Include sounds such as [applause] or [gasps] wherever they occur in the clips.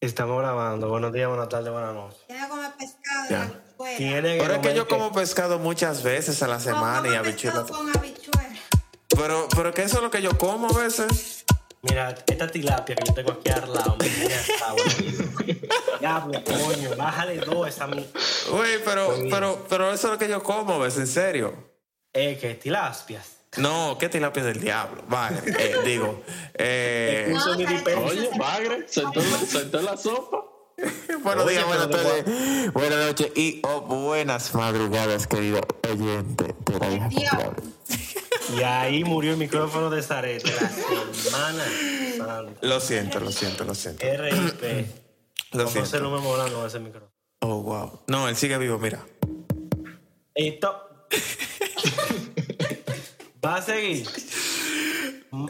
Estamos grabando. Buenos días, buenas tardes, buenas noches. Deja comer pescado de Ya. habichuela. Tiene que Pero es que comer yo como pescado muchas veces a la No semana y comas pescado habichuela. con habichuela. Pero, pero que eso es lo que yo como a veces. Mira, esta tilapia que yo tengo aquí al lado, me tiene hasta aburrido. Ya, pues, coño, bájale dos a esa mi... Güey, pero, pero, pero eso es lo que yo como a veces, en serio. Eh, que tilapias. No, qué tilapia del diablo. Vale, eh, digo. eh, Eso No, ni Karen, ni peor. eso Oye, se- bagre, soltó, soltó la sopa. buenos Oye, días, pero buenas tardes, buenas noches y oh, buenas madrugadas, querido oyente de la hija del Dios. diablo. Y ahí murió el micrófono de Zarete, la semana santa. Lo siento, lo siento, lo siento. RIP. Lo ¿Cómo se lo siento. memoran con ese micrófono? Oh, wow. No, él sigue vivo, mira. Esto. Va a seguir.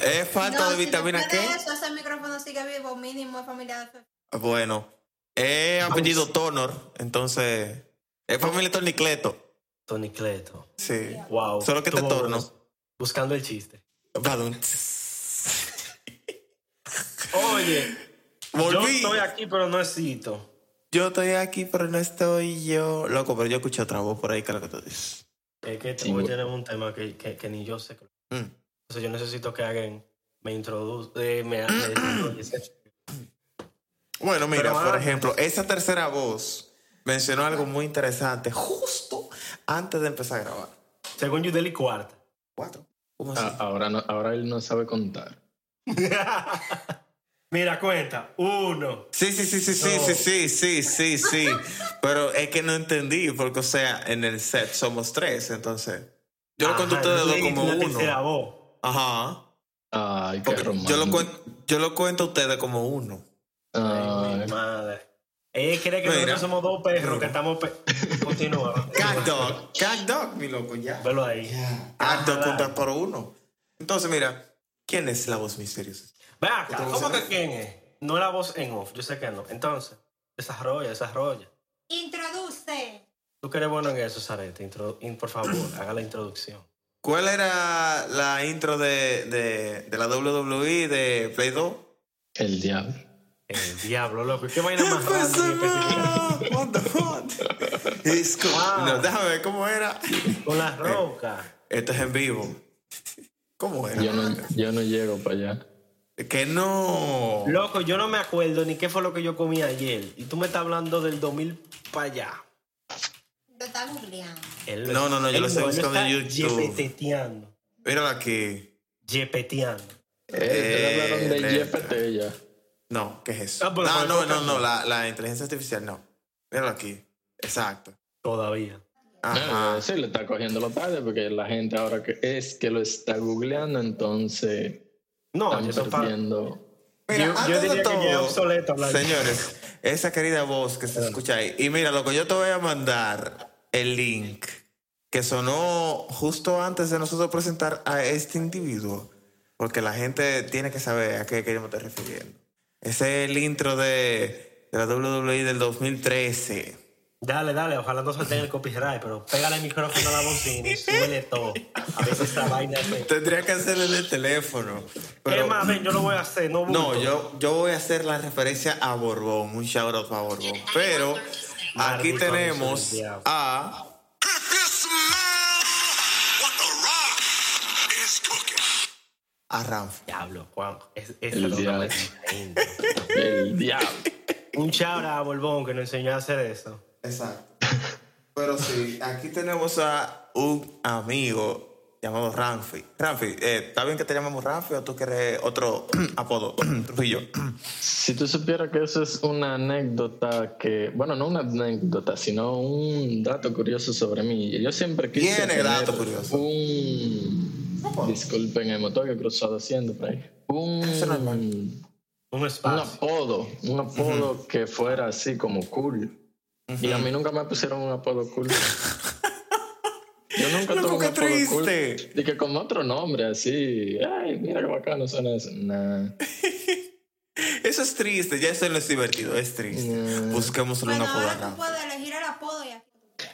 Es falta No, de si vitamina después de K. eso, ese micrófono sigue vivo, mínimo es familia de Bueno, es apellido Tonor, entonces es familia Tornicleto. Tony Cleto. Sí. Wow. Solo que te Estuvo torno. bueno. Buscando el chiste. Badum. Oye, yo Volví. estoy aquí, pero no cito. Yo estoy aquí, pero no estoy yo. Loco, pero yo escuché otra voz por ahí que es lo que tú dices. Es que Sí, hoy güey. tenemos un tema que, que, que ni yo sé. Mm. Entonces yo necesito que alguien me introduzca. Eh, me, [clears throat] me introduzca. Bueno, mira, Pero por antes- ejemplo, esa tercera voz mencionó algo muy interesante justo antes de empezar a grabar. Según Yudeli [laughs] Cuarta. Cuatro. ¿Cómo Ah, así? A- Ah, ahora, no, ahora él no sabe contar. Mira, cuenta. Uno. Sí, sí, sí, sí, sí, No. sí, sí, sí, sí, sí. Pero es que no entendí, porque, o sea, en el set somos tres, entonces. Yo lo cuento a Ajá, ustedes dos sí, como la tercera uno. voz. Ajá. Ay, qué Porque romántico. yo, lo cuento, yo lo cuento a ustedes como uno. Ay, mi Ay, madre. Ella cree que Mira. nosotros somos dos perros que estamos. pe- Continúa. Cat dog, cat dog, mi loco, ya. Velo ahí. Cat dog Ajá. contar por uno. Entonces, mira, ¿quién es la voz misteriosa? Ve acá, Entonces- ¿cómo que quién es? No la voz en off, yo sé que no. Entonces, desarrolla, desarrolla. Introduce. Tú que eres bueno en eso, Sarete. intro- in- por [clears throat] favor, haga la introducción. ¿Cuál era la intro de, de, de la WWE de Play 2? el diablo. El diablo, loco. ¿Qué vaina Pues más random y específica? What the fuck? It's cool. Wow. No, déjame ver cómo era. Con Eh. la roca. Esto es en vivo. ¿Cómo era? Yo no, yo no llego para allá. Que no. Loco, yo no me acuerdo ni qué fue lo que yo comí ayer. Y tú me estás hablando del 2000 para allá. Lo está googleando. Él- No, no, no, yo él lo estoy buscando en él está YouTube. Yepeteando. Mírala aquí. Yepeteando. Eh, Eh, te hablaron de neta. Jeff ya. No, ¿qué es eso? Ah, pero no, por el no, no, podcast no, no. la, la inteligencia artificial no. Mírala aquí. Exacto. Todavía. Ajá. Eh, Sí, le está cogiendo lo tarde porque la gente ahora que es que lo está googleando, entonces No, yo soy están fan. perdiendo. Mira, yo- yo antes de diría que todo, ya es obsoleto hablar. Señores, esa querida voz que se escucha ahí. Y mira, lo que yo te voy a mandar el link que sonó justo antes de nosotros presentar a este individuo. Porque la gente tiene que saber a qué, qué yo me estoy refiriendo. Ese es el intro de, de la WWE del 2013. Dale, dale, ojalá no suelten el copyright, pero pégale el micrófono a la bocina y súbele todo. A ver si esta vaina se... Tendría que hacerlo en el teléfono. pero- es más, ven, yo lo voy a hacer, no No, bulto. yo, yo voy a hacer la referencia a Borbón, un shout out para Borbón. Pero aquí Maldito tenemos hijo del diablo. a. If you smell what the rock is cooking. a Ramf. Diablo, Juan. Es, es El lo que diablo. me siento. El diablo. Un chabra a Borbón que nos enseñó a hacer eso. Exacto. Pero sí, aquí tenemos a un amigo llamado Ramfi. Ramfi, eh, ¿está bien que te llamamos Ramfi o tú quieres otro [clears throat] apodo? Trujillo. Si tú supieras que eso es una anécdota que, bueno, no una anécdota, sino un dato curioso sobre mí. Yo siempre quise Tiene tener dato curioso. un, disculpen el motor que he cruzado haciendo por ahí, un, Eso no es mal. un Un espacio. apodo, un apodo que fuera así como cool. Y a mí nunca me pusieron un apodo [laughs] cool. Yo nunca Loco, tuve un qué apodo triste. cool. Y que con otro nombre así, ay, mira qué bacano suena eso. Nah. Eso es triste, ya eso no es divertido, es triste. Mm. Busquemos un Bueno, apodo a ahora tú Ramfi. puedes elegir el apodo y [laughs] aquí. Es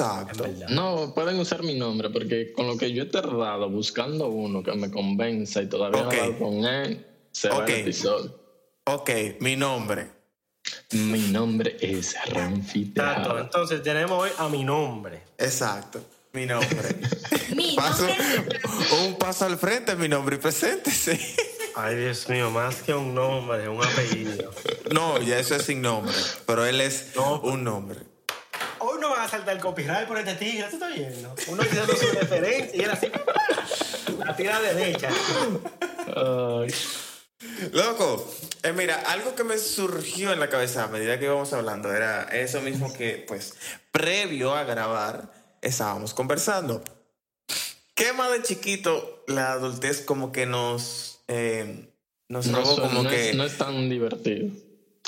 Exacto. verdad. No, pueden usar mi nombre porque con lo que yo he tardado buscando uno que me convenza y todavía Ok. no he dado con él, se va Ok. el episodio. Ok, mi nombre. Mi nombre es Exacto. Ranfiteado. Entonces tenemos hoy a mi nombre. Exacto. Mi nombre. [laughs] Mi Paso, nombre [laughs] es- un paso al frente, mi nombre, y preséntese. [laughs] Ay, Dios mío, más que un nombre, un apellido. No, ya eso es sin nombre, pero él es No. un nombre. Hoy no van a saltar el copyright por este tigre, ¿te estás viendo? Uno diciendo su referencia y él así, la tira derecha. Ay, Loco, eh, mira, algo que me surgió en la cabeza a medida que íbamos hablando era eso mismo que, pues, previo a grabar, estábamos conversando. ¿Qué más de chiquito la adultez como que nos... eh, nos no, robó son- como no que... es, no es tan divertido.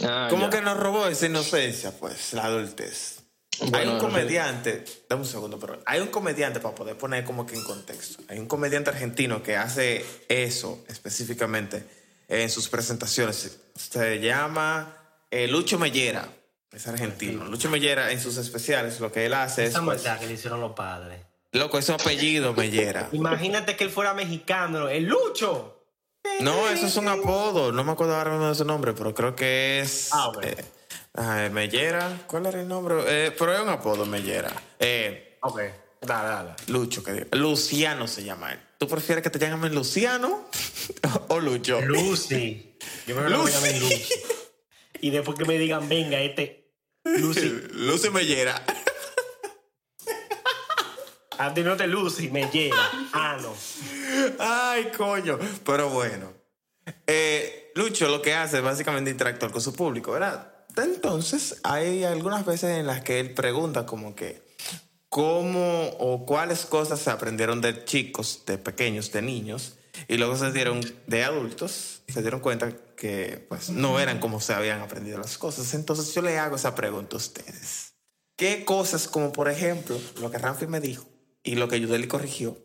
Ah, ¿Cómo ya. que nos robó esa inocencia? Pues la adultez. hay Bueno, un sí. comediante, dame un segundo, pero hay un comediante para poder poner como que en contexto. Hay un comediante argentino que hace eso específicamente en sus presentaciones. Se llama eh, Lucho Mellera. Es argentino. Lucho Mellera en sus especiales lo que él hace es. Esa pues, maldad que le hicieron los padres. loco, es su apellido Mellera. Imagínate que él fuera mexicano, el Lucho. No, eso es un apodo. No me acuerdo ahora mismo de su nombre, pero creo que es. Ah, bueno. eh, ay, Mellera. ¿Cuál era el nombre? Eh, pero es un apodo, Mellera. Eh, Ok, dale, dale. Lucho, que digo. Luciano se llama él. ¿Tú prefieres que te llamen Luciano [laughs] o Lucho? Lucy. Yo me voy a llamar Lucy. Y después que me digan, venga, este. Lucy, [laughs] Lucy Mellera. a ti no te Lucy, me llega. Ah, no. Ay, coño. Pero bueno. Eh, Lucho lo que hace es básicamente interactuar con su público, ¿verdad? Entonces, hay algunas veces en las que él pregunta como que cómo o cuáles cosas se aprendieron de chicos, de pequeños, de niños, y luego se dieron de adultos, se dieron cuenta que pues no eran como se habían aprendido las cosas. Entonces yo le hago esa pregunta a ustedes. ¿Qué cosas como por ejemplo lo que Ramfi me dijo y lo que Yudeli corrigió?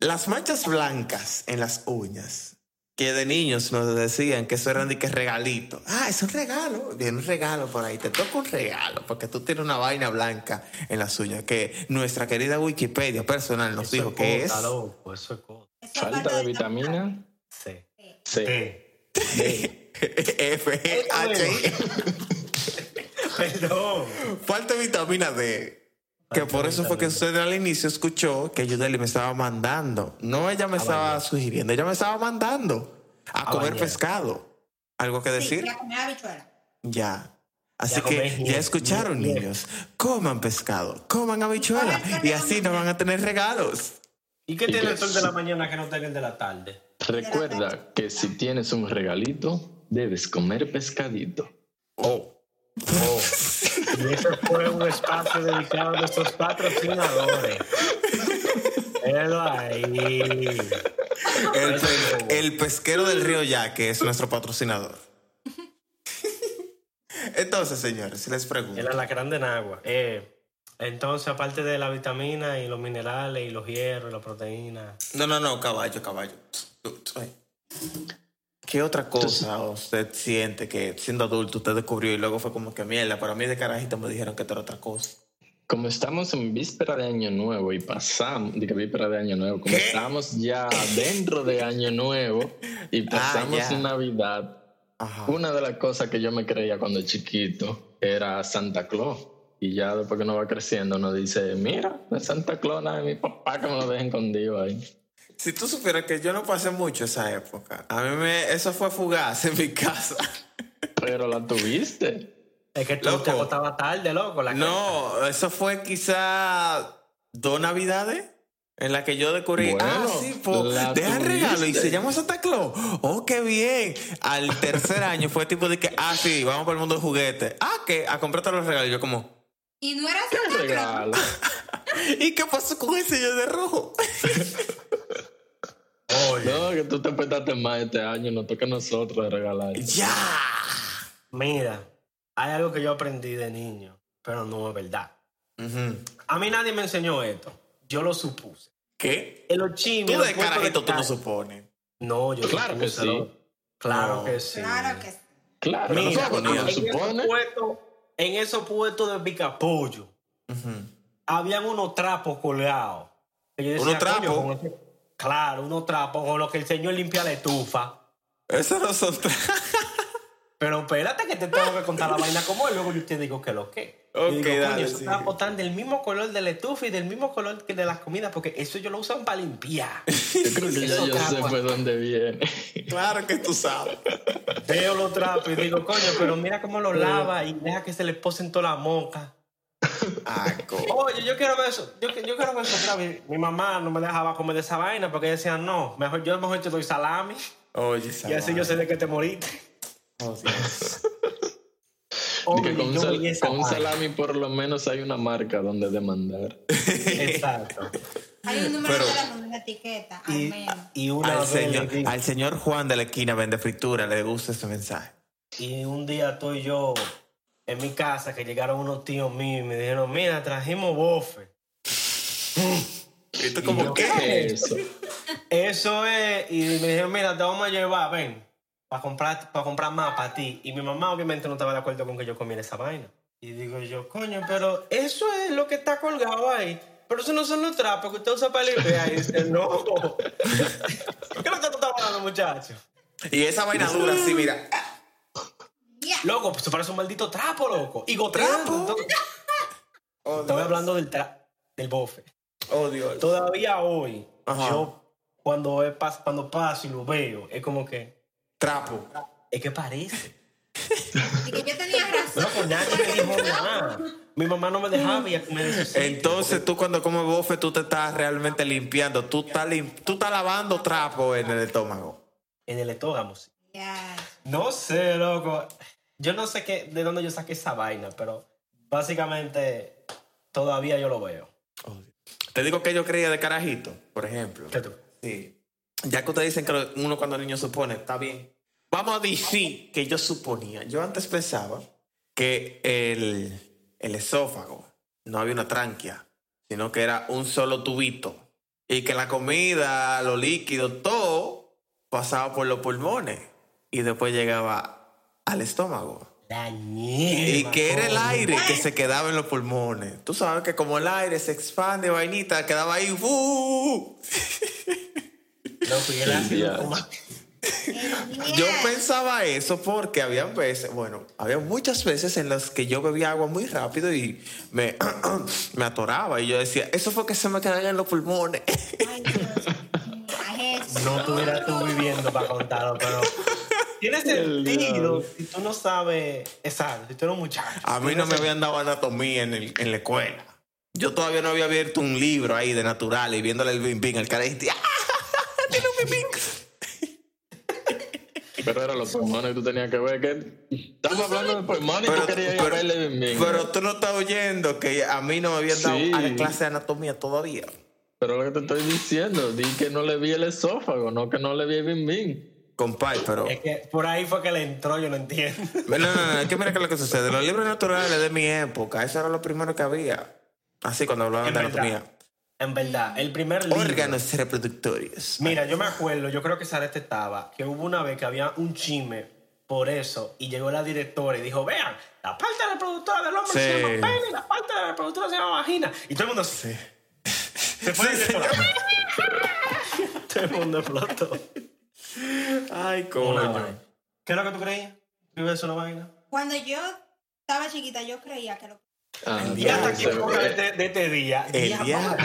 Las manchas blancas en las uñas, que de niños nos decían que eso eran de que regalito. Ah, es un regalo. Viene un regalo por ahí. Te toca un regalo porque tú tienes una vaina blanca en las uñas que nuestra querida Wikipedia personal nos Eso dijo que es. cosa, loco, eso es cosa. Eso es parte Falta de del trabajo. vitamina Sí. Eh, C. Sí. [laughs] F, H, Perdón. falta vitamina D. Que por eso fue que usted al inicio escuchó que Yudeli me estaba mandando. No ella Ah, me estaba bañar. sugiriendo, ella me estaba mandando a, A comer bañar. pescado. ¿Algo que Sí, decir? ya comí habichuela. Ya. Así Ya que comen, ya yes, escucharon, yes, yes. niños. Coman pescado, coman habichuela y así no van a tener regalos. ¿Y qué ¿Y tiene qué? el sol de la mañana que no tenga el de la tarde? Recuerda que si tienes un regalito, debes comer pescadito. Oh. Y ese fue un espacio dedicado a nuestros patrocinadores. Míralo ahí. El, Eso es pe- todo. el pesquero del río ya, que es nuestro patrocinador. [laughs] Entonces, señores, les El pregunto. alacrán de Nagua. Eh, entonces, aparte de la vitamina y los minerales y los hierros y las proteínas. No, no, no, caballo, caballo. ¿Qué otra cosa usted siente que siendo adulto usted descubrió y luego fue como que mierda? Para mí de carajito me dijeron que esto era otra cosa. Como estamos en víspera de Año Nuevo y pasamos, digo víspera de Año Nuevo, como ¿Qué? estamos ya dentro de Año Nuevo y pasamos Ah, ya. Navidad, Ajá. una de las cosas que yo me creía cuando chiquito era Santa Claus. Y ya después que uno va creciendo, uno dice, mira, no es Santa Claus, nada, es mi papá que me lo deja escondido ahí. Si tú supieras que yo no pasé mucho esa época, a mí me, eso fue fugaz en mi casa. Pero la tuviste. Es que tú Loco. te acostabas tarde, loco. La No, eso fue quizá dos navidades en la que yo descubrí, Bueno, ah, sí, po, la deja el regalo y tuviste. se llama Santa Claus. Oh, qué bien. Al tercer año fue tipo de que, ah, sí, vamos por el mundo de juguetes. Ah, que a comprarte los regalos. Yo como, Y no era ¿Qué Santa Claus. regalo? ¿y qué pasó con ese yo de rojo? Oye, No, que tú te prestaste más este año, no toca a nosotros regalar. ya. mira, hay algo que yo aprendí de niño, pero no es verdad. Ujú. A mí nadie me enseñó esto. Yo lo supuse. ¿Qué? En los chinos. Tú en los de puestos carajito tú no cal- supones. No, yo Claro que supuse, sí. loco. Claro No. que sí. Claro que sí. Claro, Pero Mira, no nosotros suponía. en, se esos supone. puestos, en esos puestos de picapollo, Ujú. habían unos trapos colgados. Que yo decía, ¿Unos "Coño, trapos? con ese-". Claro, unos trapos con los que el señor limpia la estufa. Esos no son tra- Pero espérate que te tengo que contar la vaina como es, luego yo te digo que lo que. Yo Ok, digo, coño, dale, eso sí. está botán del mismo color del estufa y del mismo color que de las comidas, porque eso yo lo usan para limpiar. Yo creo que ya Eso yo está sé bueno. pues dónde viene. Claro que tú sabes. Veo los trapos y digo, coño, pero mira cómo Eh. lo lava y deja que se le posen toda la moca. Aco. Oye, yo quiero ver eso. Yo, yo quiero ver eso. otra vez. mi, mamá no me dejaba comer de esa vaina porque ella decía, no, mejor, yo mejor te doy salami. Oye, Y así yo sé de que te moriste. Oh, [laughs] Dios. Y que Oye, con, yo sal- vi esa con un vaina. salami por lo menos hay una marca donde demandar. Exacto. Hay un número Pero- de teléfono en la etiqueta, al Y, menos. y una Al vez señor, le di- al señor Juan de la esquina vende fritura, le gusta ese mensaje. Y un día estoy yo en mi casa que llegaron unos tíos míos y me dijeron, mira, trajimos bofe. Y tú ¿Y yo, como, ¿qué ¿qué? es eso? Eso es, y me dijeron, mira, te vamos a llevar, ven, para comprar, para comprar más para ti. Y mi mamá obviamente no estaba de acuerdo con que yo comiera esa vaina. Y digo yo, coño, pero eso es lo que está colgado ahí. Pero eso no son los trapos que usted usa para limpiar. Y dice, no. [laughs] ¿Qué es lo que tú estás hablando, muchacho? Y esa vaina dura así, mira. Ya. Loco, pues eso parece un maldito trapo, loco. Y goteando. ¿Trapo? entonces- Oh, Estoy Dios. hablando del, tra- del bofe. Oh, Dios. Todavía hoy, Ajá. yo cuando, he pas- cuando paso y lo veo, es como que, Trapo. es que parece. Y que yo [laughs] tenía razón. Loco, nadie me dijo nada. Mi mamá no me dejaba y me decía, Entonces tú cuando comes bofe, tú te estás realmente limpiando. Tú estás, lim- tú estás lavando trapo en el estómago. en el estómago. sí. Ya. No sé, loco. Yo no sé qué, de dónde yo saqué esa vaina, pero básicamente todavía yo lo veo. Te digo que yo creía de carajito, por ejemplo. ¿Qué tú? Sí. Ya que ustedes dicen que lo- uno cuando niño supone, está bien. Vamos a decir que yo suponía. Yo antes pensaba que el, el esófago no había una tráquea, sino que era un solo tubito. Y que la comida, los líquidos, todo pasaba por los pulmones. Y después llegaba al estómago. La Y ñema, que era el coño. aire que se quedaba en los pulmones. Tú sabes que como el aire se expande, vainita, quedaba ahí. ¡uh! Loco, y el Sí, ácido ya. toma- El Yo día. pensaba eso porque había veces, bueno, había muchas veces en las que yo bebía agua muy rápido y me, [clears throat] me atoraba. Y yo decía, eso fue que se me quedaron en los pulmones. Ay, Dios mío, ay, Jesús. No estuviera tú viviendo para contarlo, [laughs] pero tiene sentido diablo. si tú no sabes, exacto, si tú eres un muchacho. A mí no me habían dado anatomía en, el- en la escuela. Yo todavía no había abierto un libro ahí de naturales y viéndole el bim bim al carajito. ¡Ah! [laughs] ¡Tiene un bim bim! Pero era los pulmones que tú tenías que ver. Que... Estamos hablando de [laughs] pulmones y tú querías ir a verle bien bien. pero tú no estás oyendo que a mí no me habían dado Sí. a la clase de anatomía todavía. Pero lo que te estoy diciendo, di que no le vi el esófago, no que no le vi el bim bim. Compadre, pero... Es que por ahí fue que le entró, yo no entiendo. No, no, no, es que mira que lo que sucede. Los libros naturales de mi época, eso era lo primero que había. Así cuando hablaban En de verdad. anatomía. En verdad, el primer libro. Órganos reproductores. Mira, yo me acuerdo, yo creo que Sarete estaba, que hubo una vez que había un chisme por eso y llegó la directora y dijo, vean, la parte de la productora del hombre se Sí. llama pene, la parte de la productora se llama vagina. Y todo el mundo así. Se fue la directora. [laughs] todo el mundo explotó. Ay, Una vaina. ¿Qué es lo que tú creías? ¿Vives una vaina? Cuando yo estaba chiquita, yo creía que lo Ah, El Y hasta diablo. pero aquí se época de, ve- este- de este día. El diablo.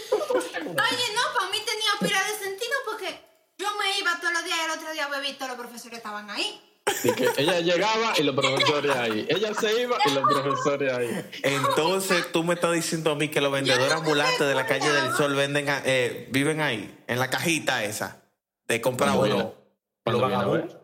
Oye, no, para mí tenía pila de sentido porque yo me iba todos los días y el otro día bebí todos los profesores estaban ahí. di que ella llegaba y los profesores ahí. Ella se iba y los profesores ahí. Entonces tú me estás diciendo a mí que los vendedores no me ambulantes de la calle del acordaba. sol venden a- eh, viven ahí, en la cajita esa. De compra Cuando viene- uno. Lo cuando ¿eh? viene a ver. vagabundo.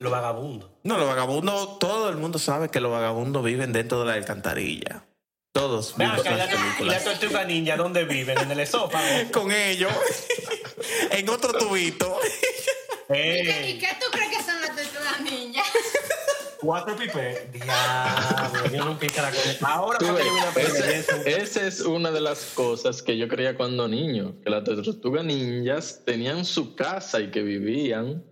Lo vagabundo. No, los vagabundos, todo el mundo sabe que los vagabundos viven dentro de la alcantarilla. Todos Vean, vimos acá, las la, y la películas. tortuga ninja, ¿dónde viven? ¿En el esófago? Con ellos, [laughs] en otro tubito. ¿Y Eh. qué, y ¡Ey! qué tú crees que son las tortugas ninja? Cuatro pipes. Diablo, yo nunca hice la cosa. Ahora Tú fue que ves, yo vi una película de eso. ese- Esa es una de las cosas que yo creía cuando niño, que las tortugas ninjas tenían su casa y que vivían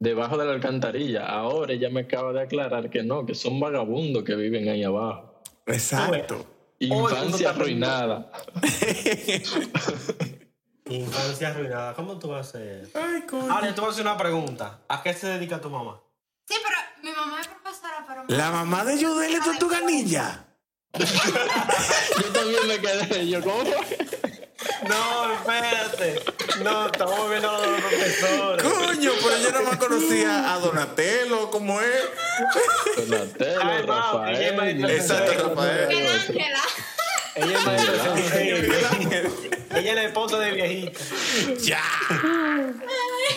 debajo de la alcantarilla. Ahora ella me acaba de aclarar que no, que son vagabundos que viven ahí abajo. Exacto. el mundo Infancia está aprendiendo. arruinada. Infancia arruinada. ¿Cómo tú vas a hacer? Ay, coño. Ahora, yo te voy a hacer una pregunta. ¿A qué se dedica tu mamá? Sí, pero mamá es profesora, pero... La mamá de Yudel es tortuga ninja. Yo también me quedé. Yo, ¿cómo fue? No, espérate. No, estamos viendo a los profesores. Coño, pero yo no más conocía a Donatello, ¿cómo es? Ay, Donatello, Mau, que ella es Pues Rafael. maestra. Exacto, Rafael. El Ángela. Ella es maestra de Ay, sensei. Ella es la esposa de viejito. ya.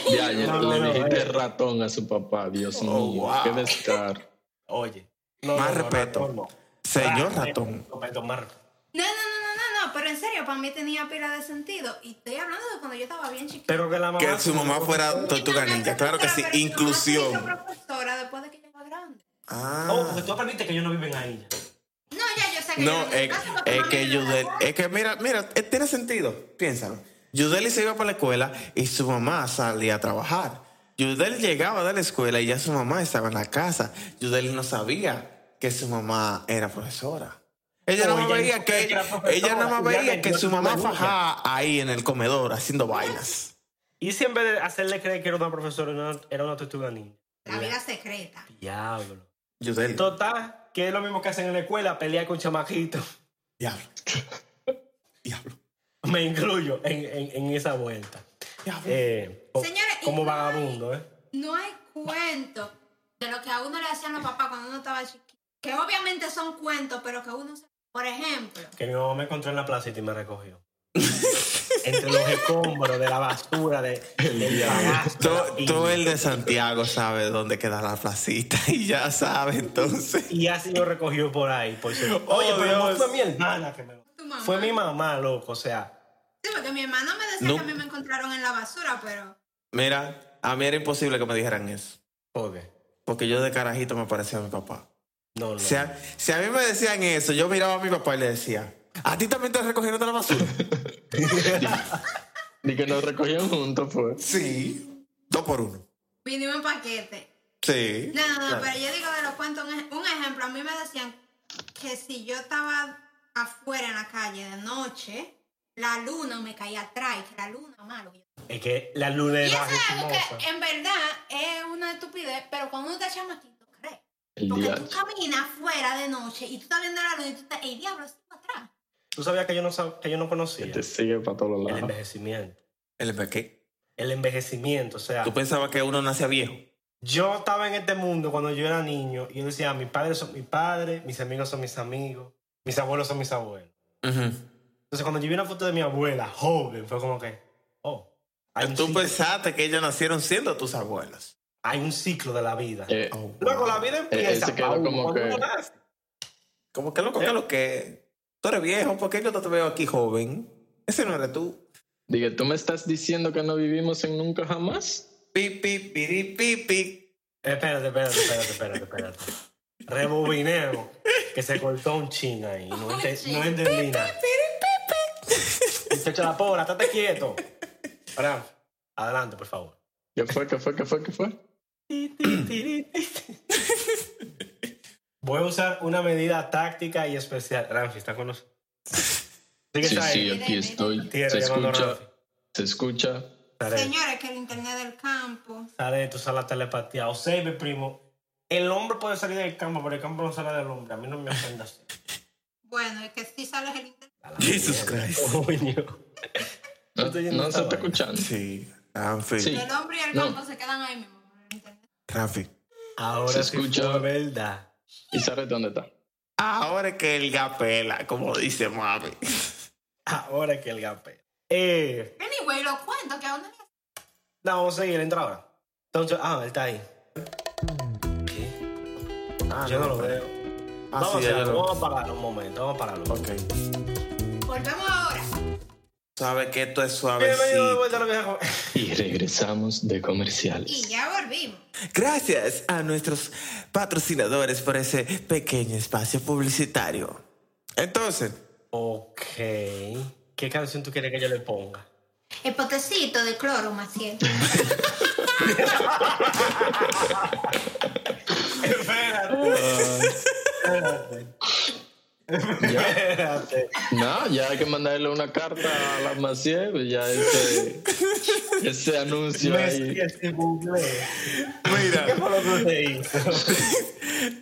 Ya, ayer No, no, le no, dijiste eh. ratón a su papá, Dios mío. Oh, wow. Qué descaro. Oye. no, Más no, no, respeto. ratón no. Ah, eh, Señor ratón. Respeto, más respeto. No, no, no, no, no, no, pero en serio, para mí tenía pila de sentido. Y estoy hablando de cuando yo estaba bien chiquita. Pero que la mamá. Que su mamá fuera tortuga ninja, claro que sí. Pero mi mamá se hizo Inclusión. profesora después de que yo era grande. Oh, Ah. porque tú aprendiste que ellos no viven ahí. No, ya yo sé que... No, es, es que Yudel, Judel... es que mira, mira, eh, tiene sentido, piénsalo. Yudeli se iba para la escuela y su mamá salía a trabajar. Yudel llegaba de la escuela y ya su mamá estaba en la casa. Yudel no sabía que su mamá era profesora. Ella No, nada más ella veía no que, sabía que era profesora, ella nada más ya veía le que dio su la mamá lucha. fajaba ahí en el comedor haciendo vainas. Y si en vez de hacerle creer que era una profesora, no, era una tortuga ninja. La eh, vida secreta. Diablo. Yudel, Total, que es lo mismo que hacen en la escuela, pelear con chamaquitos. [laughs] diablo. Diablo, Me incluyo en, en- en esa vuelta. diablo. Eh, o- Señores, y como no hay- vagabundo, ¿eh? No hay cuento de lo que a uno le hacían los papás cuando uno estaba chiquito. Que obviamente son cuentos, pero que uno... se- Por ejemplo... Que mi mamá me encontró en la placita y me recogió. [laughs] Entre los escombros, de la basura, de, del Todo, pasto. Y, todo el de Santiago sabe dónde queda la placita [laughs] y ya sabe entonces. y así lo recogió por ahí. Por su- Oh, Oye, pero no Dios. fue mi hermana que me lo... Tu mamá. Fue mi mamá, loco, o sea... Sí, porque mi hermano me decía No. que a mí me encontraron en la basura, pero... Mira, a mí era imposible que me dijeran eso. ¿Por qué? Porque yo de carajito me parecía a mi papá. No, no. O sea, si a mí me decían eso, yo miraba a mi papá y le decía, ¿a ti también te recogieron de la [laughs] basura? Ni que nos recogían juntos, pues. sí. Dos por uno. Vinimos en paquete. Sí. No, no, no, Claro. pero yo digo de los cuentos, un, ej- un ejemplo, a mí me decían que si yo estaba afuera en la calle de noche, la luna me caía atrás, y que la luna malo. Y es que la luna eso es es algo bajísimosa. que eh, en verdad es una estupidez, pero cuando uno está chamaquito, cree. El Porque día. tú caminas afuera de noche y tú estás viendo la luna y tú estás, el diablo está atrás. Tú sabías que yo no, sab- que yo no conocía Te sigue para todos el lados. envejecimiento. ¿El qué? El envejecimiento, o sea... ¿Tú pensabas que uno nacía viejo? Yo estaba en este mundo cuando yo era niño y yo decía, mis padres son mis padres, mis amigos son mis amigos, mis abuelos son mis abuelos. Ujú. Entonces cuando yo vi una foto de mi abuela joven, fue como que, oh, hay un, Tú ciclo, pensaste que ellos nacieron siendo tus abuelos. hay un ciclo de la vida. Eh, Oh, Luego wow. la vida empieza ese quedó pa' uno, como cuando que- uno nace. Como que loco, que lo que... Tú eres viejo, ¿por qué yo no te veo aquí joven? Ese no eres tú. Dije, ¿tú me estás diciendo que no vivimos en nunca jamás? Pi, pi, piri, pi, pi. Espérate, espérate, espérate, espérate, espérate. Rebobinemos, que se cortó un chin ahí. No, Un ente- chin. no entendí nada. Muchacha la pobre, estate quieto. Ahora, adelante, por favor. ¿Qué fue? ¿Qué fue? ¿Qué fue? ¿Qué fue? [laughs] Voy a usar una medida táctica y especial. Ramfi, ¿está con nosotros? Sí, que Sí, está ahí. sí, aquí estoy. Tierra, Se llamando a escucha. Ramfi. Se escucha. Sale, Señores, que el internet del campo. sale, tú sales la telepatía. O sea, mi primo, el hombre puede salir del campo, pero el campo no sale del hombre. A mí no me ofendas. Bueno, es que si sales el internet. Jesus Christ. Coño. No, estoy yendo no esta se vaina. está escuchando. Sí. Ramfi. Sí. El hombre y el No. campo se quedan ahí mismo. en el internet. Ramfi. Ahora Se sí fue escucha. verdad. ¿Y sabes dónde está? Ahora es que el gapela, como dice mami. Ahora que el gape. Eh, Anyway, lo cuento, que a uno le no, vamos a seguir, entra ahora. Entonces, ah, él está ahí. ¿Qué? Yo Ah, no lo veo. vamos, a Así hacer es. algo, vamos a parar un momento, vamos a pararlo. Ok. Volvemos ahora. Sabe que esto es Bienvenido de suavecito. vuelta a la vieja. con- Y regresamos de Y comerciales. ya volvimos. Gracias a nuestros patrocinadores por ese pequeño espacio publicitario. Entonces, Ok. ¿Qué canción tú quieres que yo le ponga? El potecito de cloro, Maciel. Espérate. Ya. [laughs] Espérate. No, ya hay que mandarle una carta a la Maciel. Ya este, pues Ese anuncio ahí. [laughs] Mira, Mira.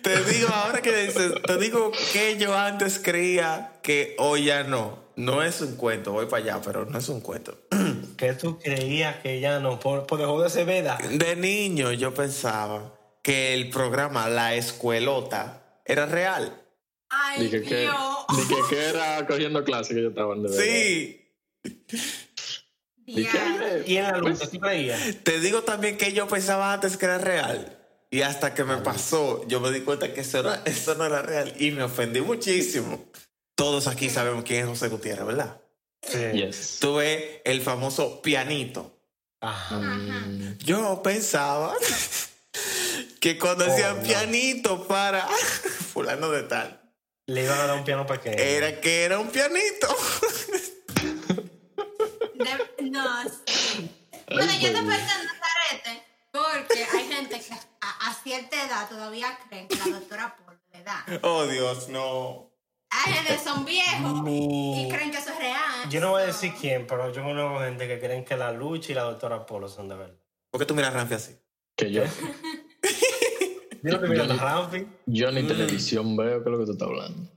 te digo ahora que dices, te digo que yo antes creía que hoy ya no. No es un cuento, voy para allá, pero no es un cuento. que tú creías que ya no, por, por dejar de ser veda. De niño yo pensaba que el programa La Escuelota era real. Ay, [laughs] Dije que, Dios. dije que era cogiendo clase que yo estaba en de verdad. Sí, Dije, Diablo. "Ay, Y en la luz, pues, ¿tú creías? te digo también que yo pensaba antes que era real. Y hasta que me pasó, yo me di cuenta que eso, era- eso no [laughs] era real y me ofendí muchísimo. Todos aquí sabemos quién es José Gutiérrez, ¿verdad? Sí. yes. Tuve el famoso pianito. Ajá. Mm, Yo pensaba [laughs] que cuando hacían no. pianito para [laughs] fulano de tal, Le iban a dar un piano para que. era que era un pianito. [laughs] De- no, sí. Bueno, yo te Dios. pertenezco a este porque hay gente que a, a cierta edad todavía creen que la doctora Paul le da. Oh, Dios, no. Hay gente que son viejos Mi- y creen que eso es real. Yo no voy a decir quién, pero yo conozco gente que creen que la lucha y la doctora Polo son de verdad. ¿Por qué tú miras a Ramfi así? Que yo, Yo no te miro a Ramfi. yo ni televisión veo que es lo que tú estás hablando.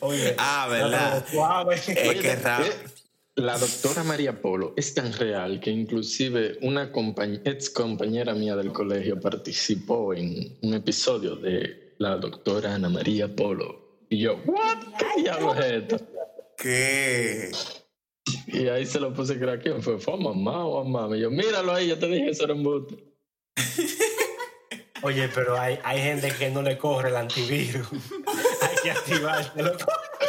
Oye. Ah, ¿verdad? Suave. Eh, Oye, qué raro. eh, La doctora María Polo es tan real que inclusive una compañ- ex compañera mía del colegio participó en un episodio de la doctora Ana María Polo. Y yo, ¿what? ¿Qué diablo es esto? ¿Qué? Y ahí se lo puse que quién fue, fue a mamá o a mamá. Y yo, míralo ahí, yo te dije eso era un bote. Oye, pero hay, hay gente que no le corre el antivirus. [laughs] hay que activárselo. [laughs]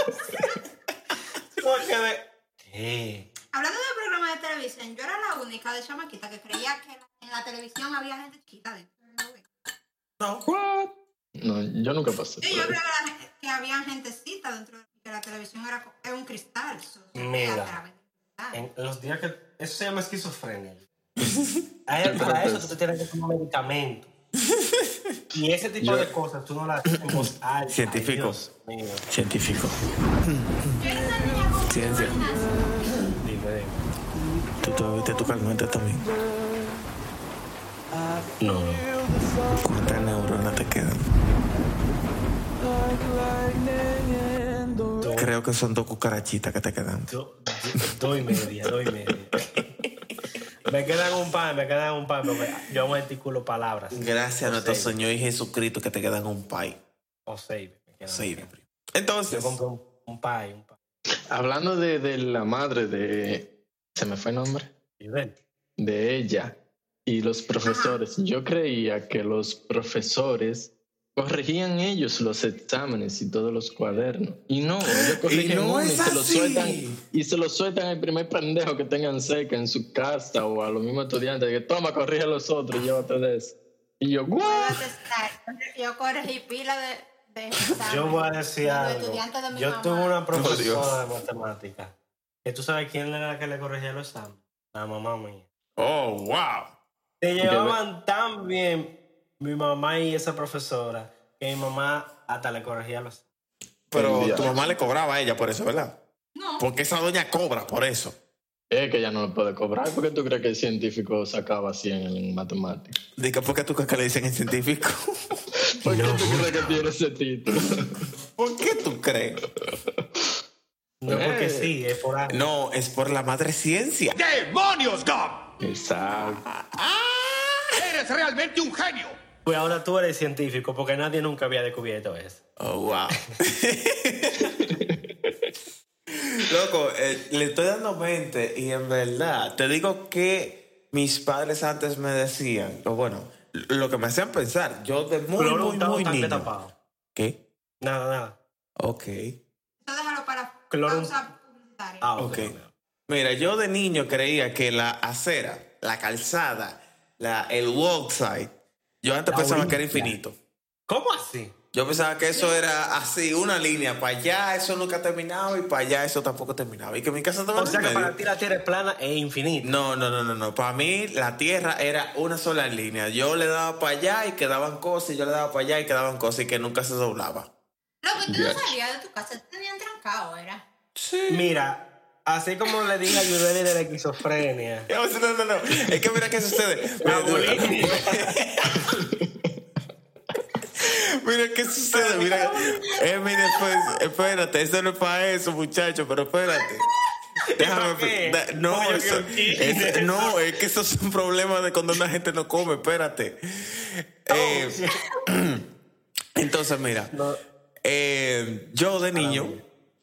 Porque de... ¿Qué? Hablando de programas de televisión, yo era la única de chamaquita que creía que la- en la televisión había gente chiquita dentro del novela. ¿What? No, yo nunca pasé. Sí, por yo ahí. creo que, la- que había gentecita dentro de que la televisión era, co- era un cristal. so- Mira. a través del cristal. En los días que... Eso se llama esquizofrenia. Ay, Para eso tú te tienes que tomar [laughs] medicamento. Y ese tipo Yo- de cosas tú no las haces en voz alta. Científico. Ay, Dios mío. Científico. Yo era una niña con Ciencia. imaginación. Dime, dime. Tú tuviste tu calmante también. No, no. ¿Cuántas neuronas te quedan? Creo que son dos cucarachitas que te quedan. Do- do- Dos y media, dos y media. Me quedan un par, me quedan un par, porque yo no articulo palabras. Gracias a nuestro seis. Señor y Jesucristo que te quedan un pay. O seis. me quedan. Sí. Yo Entonces, compro un, un par, un par. Hablando de, de la madre de... ¿Se me fue el nombre? Y ven, de ella y los profesores. Yo creía que los profesores corregían ellos los exámenes y todos los cuadernos. Y [gasps] no, ellos corrigen no uno y es se los así. sueltan y se los sueltan al primer pendejo que tengan cerca en su casa o a los mismos estudiantes que toma, corrige a los otros Ah. y llévate de eso. Y yo, Voy a ¿what? testar. Yo corregí pila de. de exámenes. yo voy a decir Los algo. estudiantes de mi Yo mamá. tuve una Dios. profesora de matemáticas. Que tú sabes quién era la que le corregía los exámenes. La mamá mía. oh, wow. Se llevaban tan bien mi mamá y esa profesora que mi mamá hasta le corregía los exámenes. Pero Dios. tu mamá le cobraba a ella por eso, ¿verdad? No, Porque esa doña cobra por eso. Es que ya no lo puede cobrar porque tú crees que el científico sacaba 100 en matemáticas. Diga, ¿por qué tú crees que le dicen el científico? [laughs] ¿Por qué tú crees que tiene ese título? [laughs] ¿Por qué tú crees? No Eh. porque sí, es por algo. No, es por la madre ciencia. ¡Demonios, Gab! Exacto. ¡Ah! ¡Eres realmente un genio! Pues ahora tú eres científico porque nadie nunca había descubierto eso. Oh, wow. [laughs] Loco, eh, le estoy dando 20 y en verdad, te digo que mis padres antes me decían, o bueno, lo que me hacían pensar, yo de muy, Pero muy, untado muy tanque niño. tapado. ¿Qué? Nada, nada. Ok. eso déjalo para Cloro- pausa publicitaria. Ah, ok. Ok. Mira, yo de niño creía que la acera, la calzada, la, el walkside, yo antes La pensaba que era orilla. infinito. ¿Cómo así? Yo pensaba que eso era así, una línea, para allá eso nunca terminaba y para allá eso tampoco terminaba. Y que mi casa estaba O en sea el que medio. para ti la tierra es plana e infinita. No, no, no, no, no. Para mí la tierra era una sola línea. Yo le daba para allá y quedaban cosas, y yo le daba para allá y quedaban cosas y que nunca se doblaba. Lo que tú Ya. no salías de tu casa, te tenían trancado, era. Sí. Mira, así como le dije a Yudeli de la esquizofrenia. No, no, no, no. Es que mira qué sucede. La Mira, bulimia. mira qué sucede. Mira, eh, mira, pues, espérate, eso no es para eso, muchacho, pero espérate. Déjame. ¿Para qué? da- no, Oye, eso- ¿qué chiste es- es eso? no, es que esos son problemas de cuando una gente no come, espérate. Eh, [clears throat] entonces, mira. No, Eh, yo de niño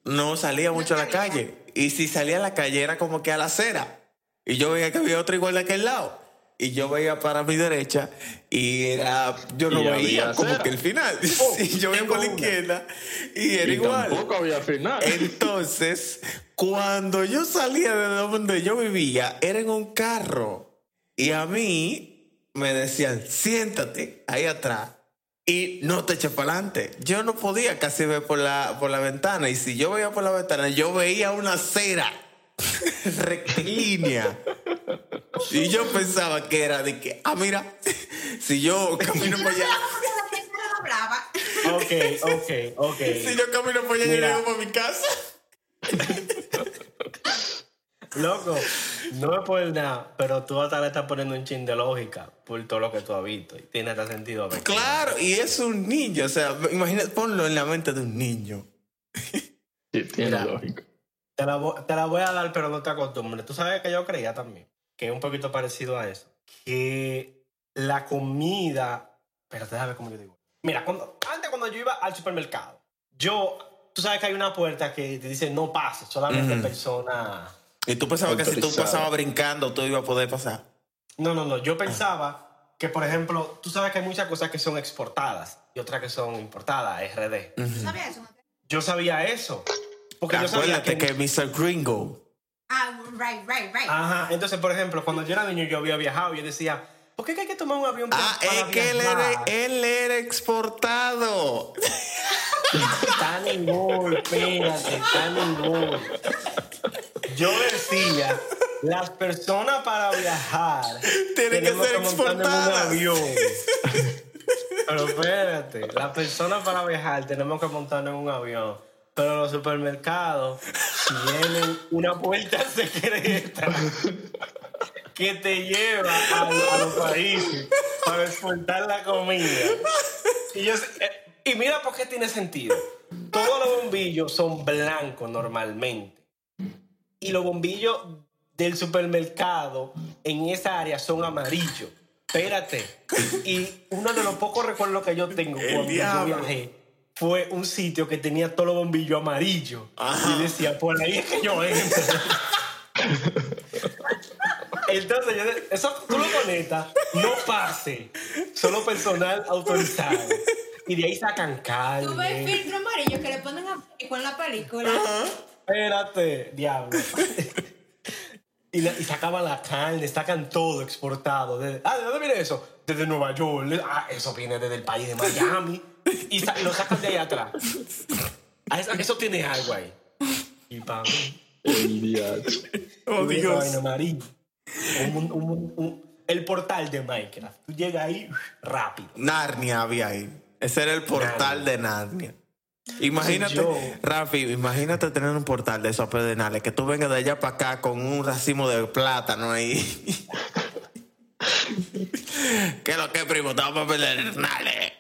no salía mucho a la calle. Y si salía a la calle era como que a la acera. Y yo veía que había otro igual de aquel lado. Y yo veía para mi derecha y era. Yo no Y veía había como acera. que el final. [laughs] y yo veía por la izquierda y era Y igual. tampoco había final. Entonces, cuando yo salía de donde yo vivía, era en un carro. Y a mí me decían, siéntate ahí atrás y no te eches para adelante. Yo no podía casi ver por la, por la ventana. Y si yo veía por la ventana, yo veía una acera [laughs] rectilínea. Y yo pensaba que era de que, ah, mira, si yo camino Yo no para allá, hablaba porque la persona no hablaba. ok, ok, ok. si yo camino para allá, yo Mira. llego para mi casa. Loco, no es por nada, pero tú hasta le estás poniendo un chin de lógica por todo lo que tú has visto. Y tiene hasta sentido. ¿verdad? Claro, y es un niño, o sea, imagínate, ponlo en la mente de un niño. Sí, tiene Mira. lógica. Te la, vo- te la voy a dar, pero no te acostumbres. Tú sabes que yo creía también, que es un poquito parecido a eso, que la comida... Pero déjame ver cómo yo digo. Mira, cuando, antes cuando yo iba al supermercado, yo... Tú sabes que hay una puerta que te dice no pases, solamente Ujú. personas... Y tú pensabas que si tú Autorizado. pasabas brincando, tú ibas a poder pasar. No, no, no. Yo pensaba que, por ejemplo, tú sabes que hay muchas cosas que son exportadas y otras que son importadas, RD. ¿Tú sabías eso? Yo sabía eso. Porque yo sabía Acuérdate que... que... Mr. Gringo. Ah, right, right, right. Ajá. Entonces, por ejemplo, cuando yo era niño, yo había viajado y yo decía, ¿por qué que hay que tomar un avión para- Ah, para es que él era, viajar? él era exportado. Está ningún, espérate, está ningún. Yo decía, las personas para viajar Tienen que tenemos ser montarnos en exportadas. un avión. Pero espérate, las personas para viajar tenemos que montarnos en un avión. Pero los supermercados tienen una puerta secreta que te lleva a, a los países para exportar la comida. Y, yo, eh, y mira por qué tiene sentido. Todos los bombillos son blancos normalmente. Y los bombillos del supermercado en esa área son amarillos. Espérate. Y uno de los pocos recuerdos que yo tengo El cuando yo diablo. viajé fue un sitio que tenía todos los bombillos amarillos. Ajá. Y decía, por ahí es que yo entro. [laughs] Entonces, yo de- eso tú lo conectas, no pase, solo personal autorizado. Y de ahí sacan Tú ves el carne. filtro amarillo que le ponen a Perico en la película. Espérate, diablo. Y, la- y sacaban la carne, sacan todo exportado. desde- ah, ¿de dónde viene eso? Desde Nueva York. Ah, eso viene desde el país de Miami. Y, sa- y lo sacan de ahí atrás. Ah, esa- Eso tiene algo ahí. Y pa' mí. El diacho. Oh, Tú llegas a Dios. Vainamarín, un mun- un mun- un- el portal de Minecraft. Tú llegas ahí rápido. Narnia había ahí. Ese era el portal de Narnia. Imagínate, Yo- Rafi, imagínate tener un portal de esos pedernales, que tú vengas de allá para acá con un racimo de plátano ahí. [laughs] ¿Qué es lo que, primo? Estamos para pedernales.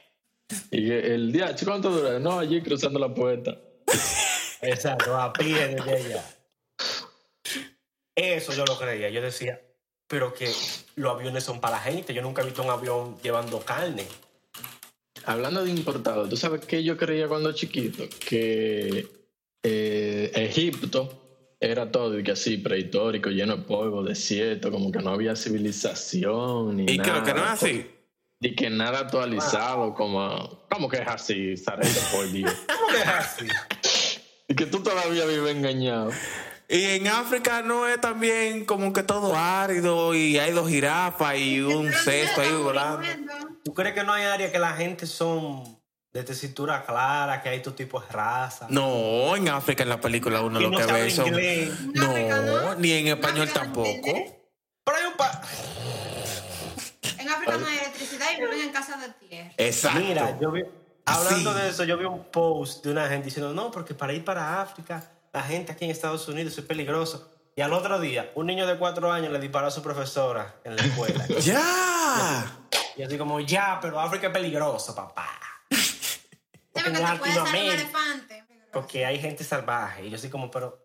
Y que el diacho, ¿cuánto dura? No, allí cruzando la puerta. Exacto, a pie desde allá. Eso yo lo creía. Yo decía, pero que los aviones son para la gente. Yo nunca he visto un avión llevando carne. Hablando de importado, ¿tú sabes qué yo creía cuando chiquito? Que eh, Egipto era todo y que así, prehistórico, lleno de polvo, desierto, como que no había civilización ni Y nada. creo que no es así. Y que nada actualizado, como, ¿cómo que es así, Sarete, por Dios? ¿Cómo que es así? Y que tú todavía vives engañado. Y en África no es también como que todo árido y hay dos jirafas y un Pero cesto ahí mira, volando. volando. ¿Tú crees que no hay área que la gente son de tesitura clara, que hay tu tipo de raza? No, en África en la película uno que lo no que sabe ve son... inglés. África No, no. ni en español África no tampoco. entiende. Pero hay un pa- En África no hay electricidad y viven en casa de tierra. Exacto. Mira, yo vi, hablando Así. de eso, yo vi un post de una gente diciendo, no, porque para ir para África la gente aquí en Estados Unidos, eso es peligroso. Y al otro día, un niño de cuatro años le disparó a su profesora en la [laughs] escuela. ¡Ya! y así como, ya, pero África es peligroso, papá. Sí, porque te puede salir un Latinoamérica. elefante. Porque hay gente salvaje. Y yo así como, pero...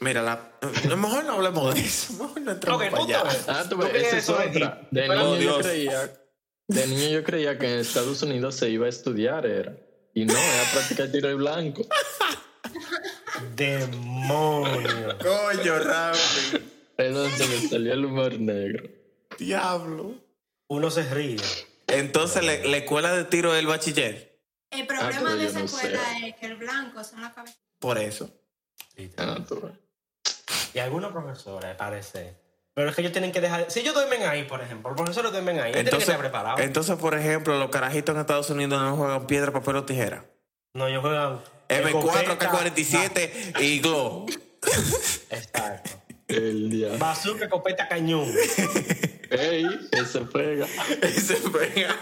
Mira, la, a lo mejor no hablemos de eso. Mejor no entramos Ok, para punto allá. es. Ah, tú ¿Tú ves, qué esa es eso de ti? otra. De Pero- niño, Oh, yo Dios. creía, de niño yo creía que en Estados Unidos se iba a estudiar, era. Y no, era practicar tiro al blanco. ¡Demonio! Coño, Rafi. Pero se me salió el humor negro. Diablo. Uno se ríe. Entonces, ¿le- la escuela de tiro del bachiller. El problema pero de yo esa no escuela sé. es que el blanco son las cabezas. Por eso. Ah, tú ves. Y algunos profesores, parece. Pero es que ellos tienen que dejar... Si ellos duermen ahí, por ejemplo, los profesores duermen ahí, ellos tienen que Entonces, estar preparados. entonces, por ejemplo, los carajitos en Estados Unidos no juegan piedra, papel o tijera. No, ellos juegan... M4, escopeta, K47 y [laughs] Glow. ah, Exacto. El diablo. Bazooka, copeta, cañón. Ey, ese pega. Ese pega.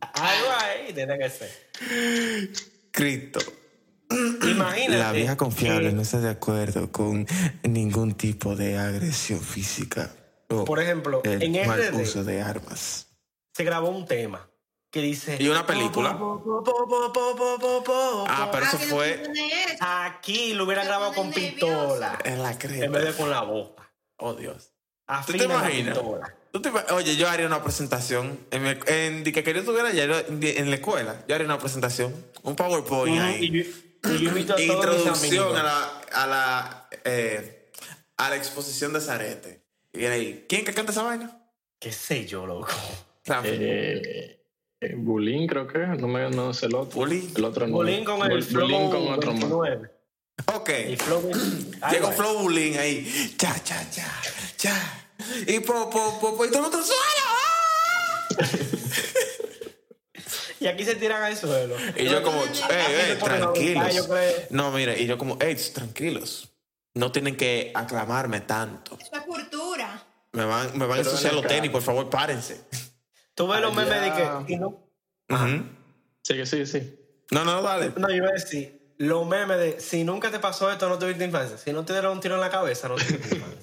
Algo ahí tiene que ser. Cristo. Imagínate. La vieja confiable que, no está de acuerdo con ningún tipo de agresión física. o Por ejemplo, el en Eh, este mal RD uso de armas. se grabó un tema que dice. ¿Y una película? Po, po, po, po, po, po, po, po. Ah, pero eso fue Aquí lo hubiera Se grabado con ponen pistola en la en vez de crema. con la boca. Oh, Dios. ¿Tú Afina te la imaginas? pistola. ¿Tú te ima- Oye, yo haría una presentación. En, mi- en- de que yo estuviera allá en, en la escuela, yo haría una presentación. Un PowerPoint ahí. Y yo, y yo invito a todos mis Introducción amigos. a la, a, la, eh, a la exposición de Zarete. Y viene ahí. ¿Quién que canta esa vaina? ¿Qué sé yo, loco? Rafi. Eh, eh, Bulín, creo que. es. No me no sé el otro. Bulín. El otro no. Bolín con el Bul- Flow Bulín con otro más. 29. ok. Y Flow. Llegó Algo Flow Bullying ahí. Cha, cha, cha, cha. Y po, po, po, po, y todo el mundo suena. ahí. Y aquí se tiran al suelo. Y yo como, Aquí "Ey, se ey, ponen a brincar, Ah, yo tranquilos. creo. No, mira, y yo como, hey, tranquilos. No tienen que aclamarme tanto. Eso es cultura. Me van, me van a Pero ensuciar ven los acá. tenis, por favor, párense. Tú Ah, ves los memes de Allá. que. y no, Ujú. Sí, que sí, sí. No, no, dale. No, yo iba a decir, los memes de si nunca te pasó esto, no tuviste infancia. Si no te dieron un tiro en la cabeza, no [laughs] tuviste infancia.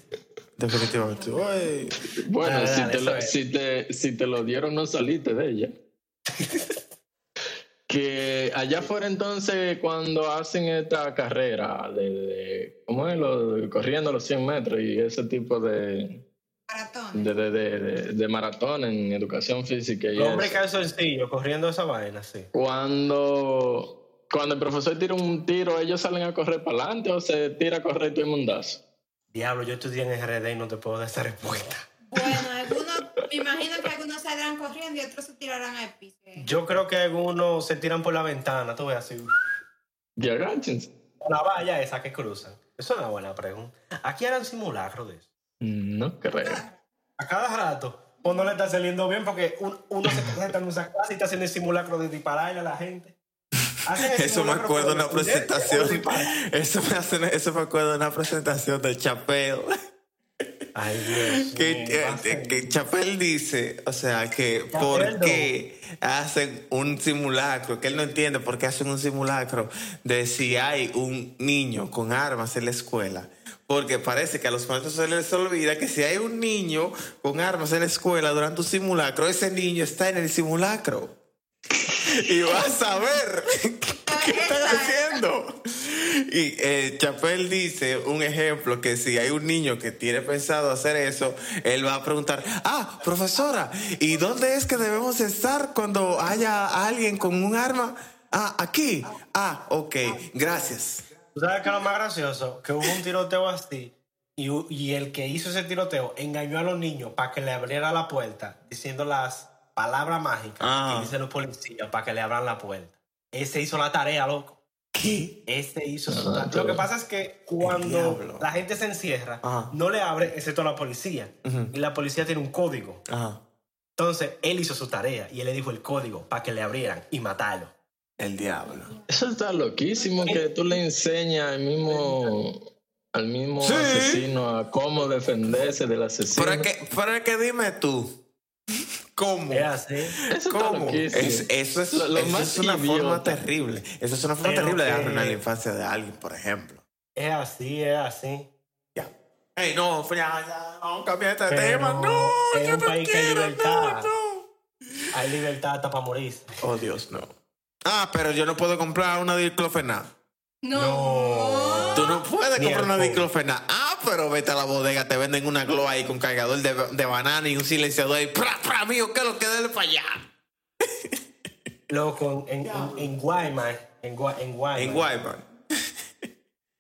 Definitivamente. Uy. Bueno, Dale, si, Ah, dale, te eso lo, es. si, te, si te lo dieron, no saliste [laughs] de ella. que allá fuera entonces cuando hacen esta carrera de, de- ¿cómo es? Lo, de corriendo los 100 metros y ese tipo de, Maratón. de, de, de- de- de maratón en educación física. Y El hombre eso. cae sencillo, corriendo esa vaina, sí. Cuando, cuando el profesor tira un tiro, ellos salen a correr para adelante o se tira a correr todo el mundazo. Diablo, yo estudié en RD y no te puedo dar esa respuesta. Bueno, algunos, me imagino que algunos saldrán corriendo y otros se tirarán al piso. Yo creo que algunos se tiran por la ventana, tú ves así. uf. Y agáchense. La valla esa que cruzan. Eso es una buena pregunta. Aquí harán simulacro de eso. No creo. A cada rato, pues no le está saliendo bien porque un- uno se presenta en una clase y está haciendo el simulacro de dispararle a la gente. Hacen el [laughs] [laughs] Eso me simulacro acuerdo de para una defenderse o [laughs] presentación. disparar. Eso me, hace, eso me acuerdo de una presentación de Chapel. Ay, Dios. Que, mío, que, pasen. que Chapel dice, o sea, que por Chapel, qué hacen un simulacro, que él no entiende por qué hacen un simulacro de si hay un niño con armas en la escuela. Porque parece que a los maestros se les olvida que si hay un niño con armas en la escuela durante un simulacro, ese niño está en el simulacro. [laughs] Y vas a ver ¿Qué están haciendo? Y eh, Chapel dice un ejemplo que si hay un niño que tiene pensado hacer eso, él va a preguntar, ah, profesora, ¿y dónde es que debemos estar cuando haya alguien con un arma? Ah, aquí. Ah, ok, gracias. ¿Tú sabes qué es lo más gracioso? Que hubo un tiroteo así y, hu- y el que hizo ese tiroteo engañó a los niños para que le abriera la puerta diciendo las palabras mágicas Ah. que dicen los policías para que le abran la puerta. Ese hizo la tarea, loco. ¿Qué? Ese Este hizo su Ah, tarea. claro. Lo que pasa es que diablo. cuando la gente se encierra, Ajá. no le abre excepto a la policía. Ujú. Y la policía tiene un código. Ajá. Entonces, él hizo su tarea y él le dijo el código para que le abrieran y matarlo. El diablo. Eso está loquísimo que tú le enseñas al mismo, al mismo Sí. asesino a cómo defenderse del asesino. Pero es que, pero es que dime tú, ¿Cómo? Es así. Eso está ¿Cómo? loquísimo. Es- eh. eso es, Lo- lo eso más es una idiota. forma terrible. Eso es una forma Pero terrible de que- arruinar la infancia de alguien, por ejemplo. Es así, es así. Ya. Ey, no, ya, ya, vamos a cambiar este Pero tema. No, en yo un no país que hay quiero, no, libertad. no. Hay libertad hasta para morirse. Oh, Dios, no. Ah, pero yo no puedo comprar una diclofenac. No. No. Tú no puedes Ni comprar una alcohol. diclofenac. Ah, pero vete a la bodega, te venden una glow ahí con cargador de, de banana y un silenciador y pra, pra, mío, que lo que dele para allá. Loco, en, en, en Guaymas. En, Gua- en Guaymas. En Guayman.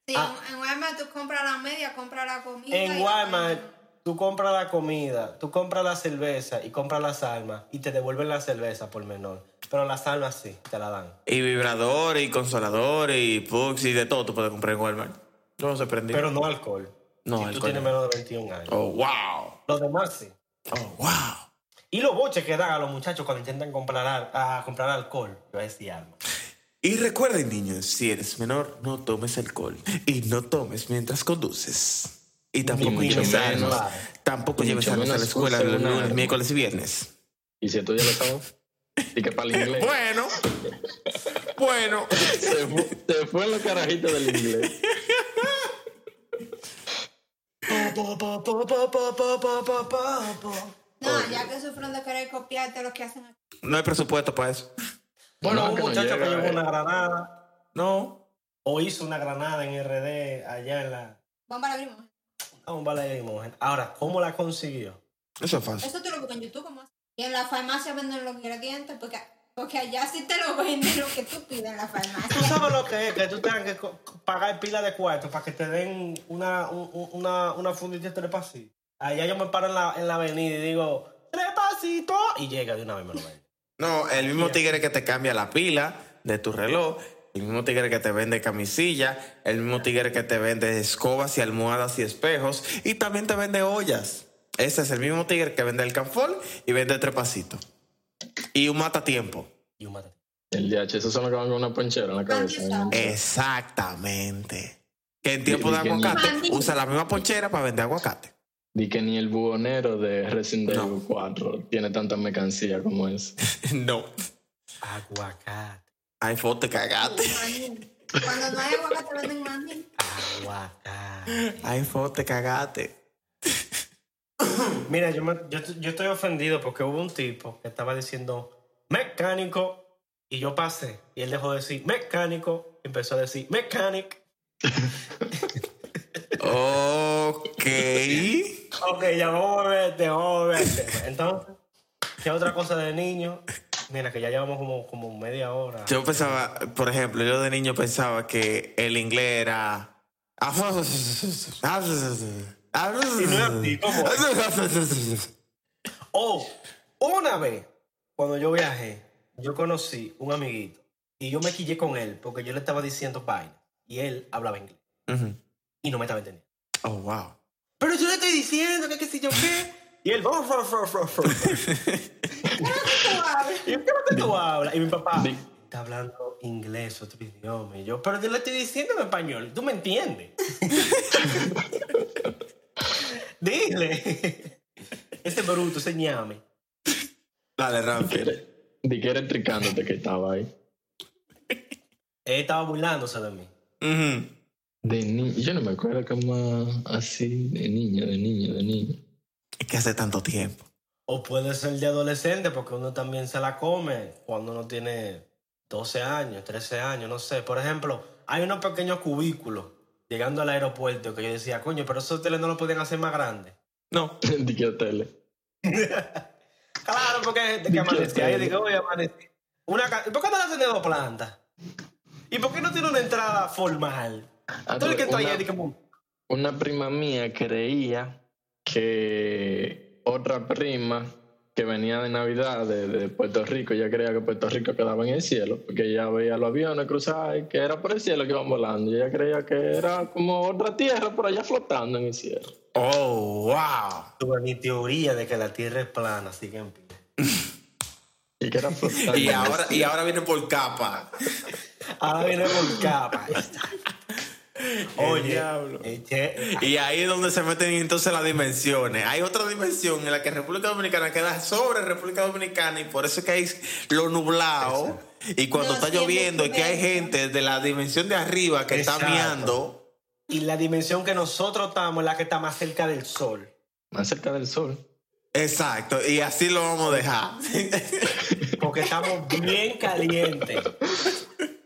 Sí, en- en Walmart tú compras la media, compras la comida. y En la- Walmart, tú compras la comida, tú compras la cerveza y compras las almas y te devuelven la cerveza por menor. Pero las almas sí, te la dan. Y vibradores, y consoladores, y pugs, y de todo tú puedes comprar en Walmart. Yo no se prendí. Pero no alcohol. No, si tú alcohol tienes no. menos de 21 años. Oh, wow. Los demás sí. Oh, wow. Y los boches que dan a los muchachos cuando intentan comprar, al- a comprar alcohol. Yo decía alma. Y recuerden, niños, si eres menor, no tomes alcohol. Y no tomes mientras conduces. Y tampoco mucho lleves menos. armas. Tampoco Ni lleves mucho armas a la menos escuela use los una lunes, arma. miércoles y viernes. Y si estudia lo sabes. Y que para el [laughs] inglés. Bueno. [laughs] Bueno. Se fue, se fue en los carajitos del inglés. No, ya que sufren de querer copiarte lo que hacen aquí. No hay presupuesto para eso. Bueno, No, un que no muchacho que llega, llevó eh. una granada No. o hizo una granada en RD allá en la. Bomba lagrimógena. Ah, un balay de limones. Ahora, ¿cómo la consiguió? Eso es fácil. Eso tú lo buscas en YouTube, ¿cómo haces? Y en la farmacia venden los ingredientes porque, porque allá sí te lo venden lo que tú pides en [laughs] la Tú farmacia. sabes lo que es, que tú tengas que co- pagar pila de cuartos para que te den una, un- un- una, una fundita de tres pasitos. Allá yo me paro en la, en la avenida y digo, tres pasitos, y llega de una vez me lo vende. No, el mismo tigre que te cambia la pila de tu reloj, el mismo tigre que te vende camisilla, el mismo tigre que te vende escobas y almohadas y espejos, y también te vende ollas. Ese es el mismo tigre que vende el canfor y vende el trepacito. Y un matatiempo. Y un mate. El DH, esos son los que van con una ponchera en la cabeza. Antisocial. Exactamente. Que en tiempo de Y- y que ni- aguacate usa la misma ponchera para vender aguacate. [laughs] Di que ni el buhonero de Resident No. Evil 4 tiene tanta mercancía [laughs] como es. No. Aguacate, Ay, foto, te cagaste. Maní. Cuando no hay agua te venden maní. aguacate. Ay, foto, te cagaste. Mira, yo, me- yo, yo estoy ofendido porque hubo un tipo que estaba diciendo mecánico y yo pasé y él dejó de decir mecánico y empezó a decir mechanic. Ok. Ok, ya vamos a verte, vamos a verte. Entonces, ¿qué otra cosa de niño? Mira, que ya llevamos como, como media hora. Yo pensaba, por ejemplo, yo de niño pensaba que el inglés era. así, ¿cómo? Oh, una vez, cuando yo viajé, yo conocí un amiguito y yo me quillé con él porque yo le estaba diciendo vaina y él hablaba inglés Ujú. y no me estaba entendiendo. Oh, wow. Pero yo le estoy diciendo que qué sé yo qué. Y él, "Oh, fro, fro, fro, fro". Tú hablas. Y yo, ¿qué es lo que tú hablas? Y mi papá Di- está hablando inglés, otro idioma. Y yo, pero yo le estoy diciendo en español. ¿Tú me entiendes? [laughs] Dile. [laughs] Ese bruto, ese ñame. Dale, Ramfi. Di que era el tricándote que estaba ahí. Él estaba burlándose de mí. Ujú. De ni Yo no me acuerdo como así, de niño, de niño, de niño. [laughs] Es que hace tanto tiempo. O puede ser de adolescente, porque uno también se la come cuando uno tiene 12 años, 13 años, no sé. Por ejemplo, hay unos pequeños cubículos llegando al aeropuerto que yo decía, coño, pero esos hoteles no lo podían hacer más grande. No. Di que hoteles. Claro, porque hay gente que Dicho amanece ahí. hotel. Digo, oye, amanecí. Una ca- ¿Y ¿Por qué no la tiene dos plantas? ¿Y por qué no tiene una entrada formal? Ah, Todo el que está una- ahí, dice como, una prima mía creía que otra prima que venía de Navidad de, de Puerto Rico, ella creía que Puerto Rico quedaba en el cielo, porque ella veía los aviones cruzar y que era por el cielo que iban volando. Y ella creía que era como otra tierra por allá flotando en el cielo. Oh, wow. tuve mi teoría de que la tierra es plana, así que en pie. Y que era flotando. Y Ah, ahora, y ahora viene por capa. [laughs] Ahora viene por capa. Oye, diablo. eh, che, [laughs] Y ahí es donde se meten entonces las dimensiones. Hay otra dimensión en la que República Dominicana queda sobre República Dominicana y por eso es que hay lo nublado. Y cuando No, está sí, es lloviendo y que hay descubierto. gente de la dimensión de arriba que está Exacto. miando, y la dimensión que nosotros estamos es la que está más cerca del sol. Más cerca del sol. exacto, y así lo vamos a dejar. [laughs] Porque estamos bien calientes.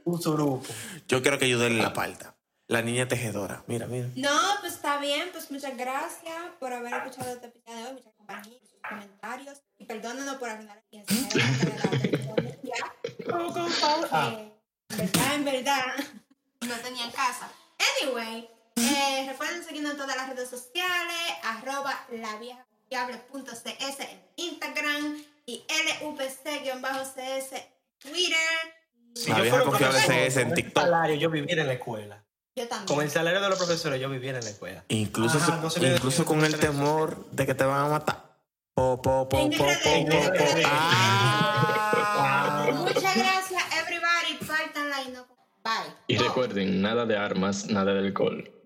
Un surupo. Yo quiero que ayuden la palta. La niña tejedora. Mira, mira. No, pues está bien, pues muchas gracias por haber escuchado este episodio de hoy, muchas compañías, sus comentarios. Y perdónenos por arruinar ¿eh? aquí en Ah, En verdad, Eh, en verdad, no tenían casa. Anyway, eh, recuerden seguirnos en todas las redes sociales, arroba laviejaconfiable.cs en Instagram y lupc-cs Twitter. si La yo vieja fuera un confiable profesor, CS en con el TikTok. salario, yo viviera en la escuela. Yo Con también. el salario de los profesores, yo viviera en la escuela. Incluso, Ajá, no se le- incluso con el temor de que te van a matar. Po, po, po, po, po, po, po. Ah. Muchas gracias, everybody. Pártanla y no. Bye. Y recuerden, nada de armas, nada de alcohol.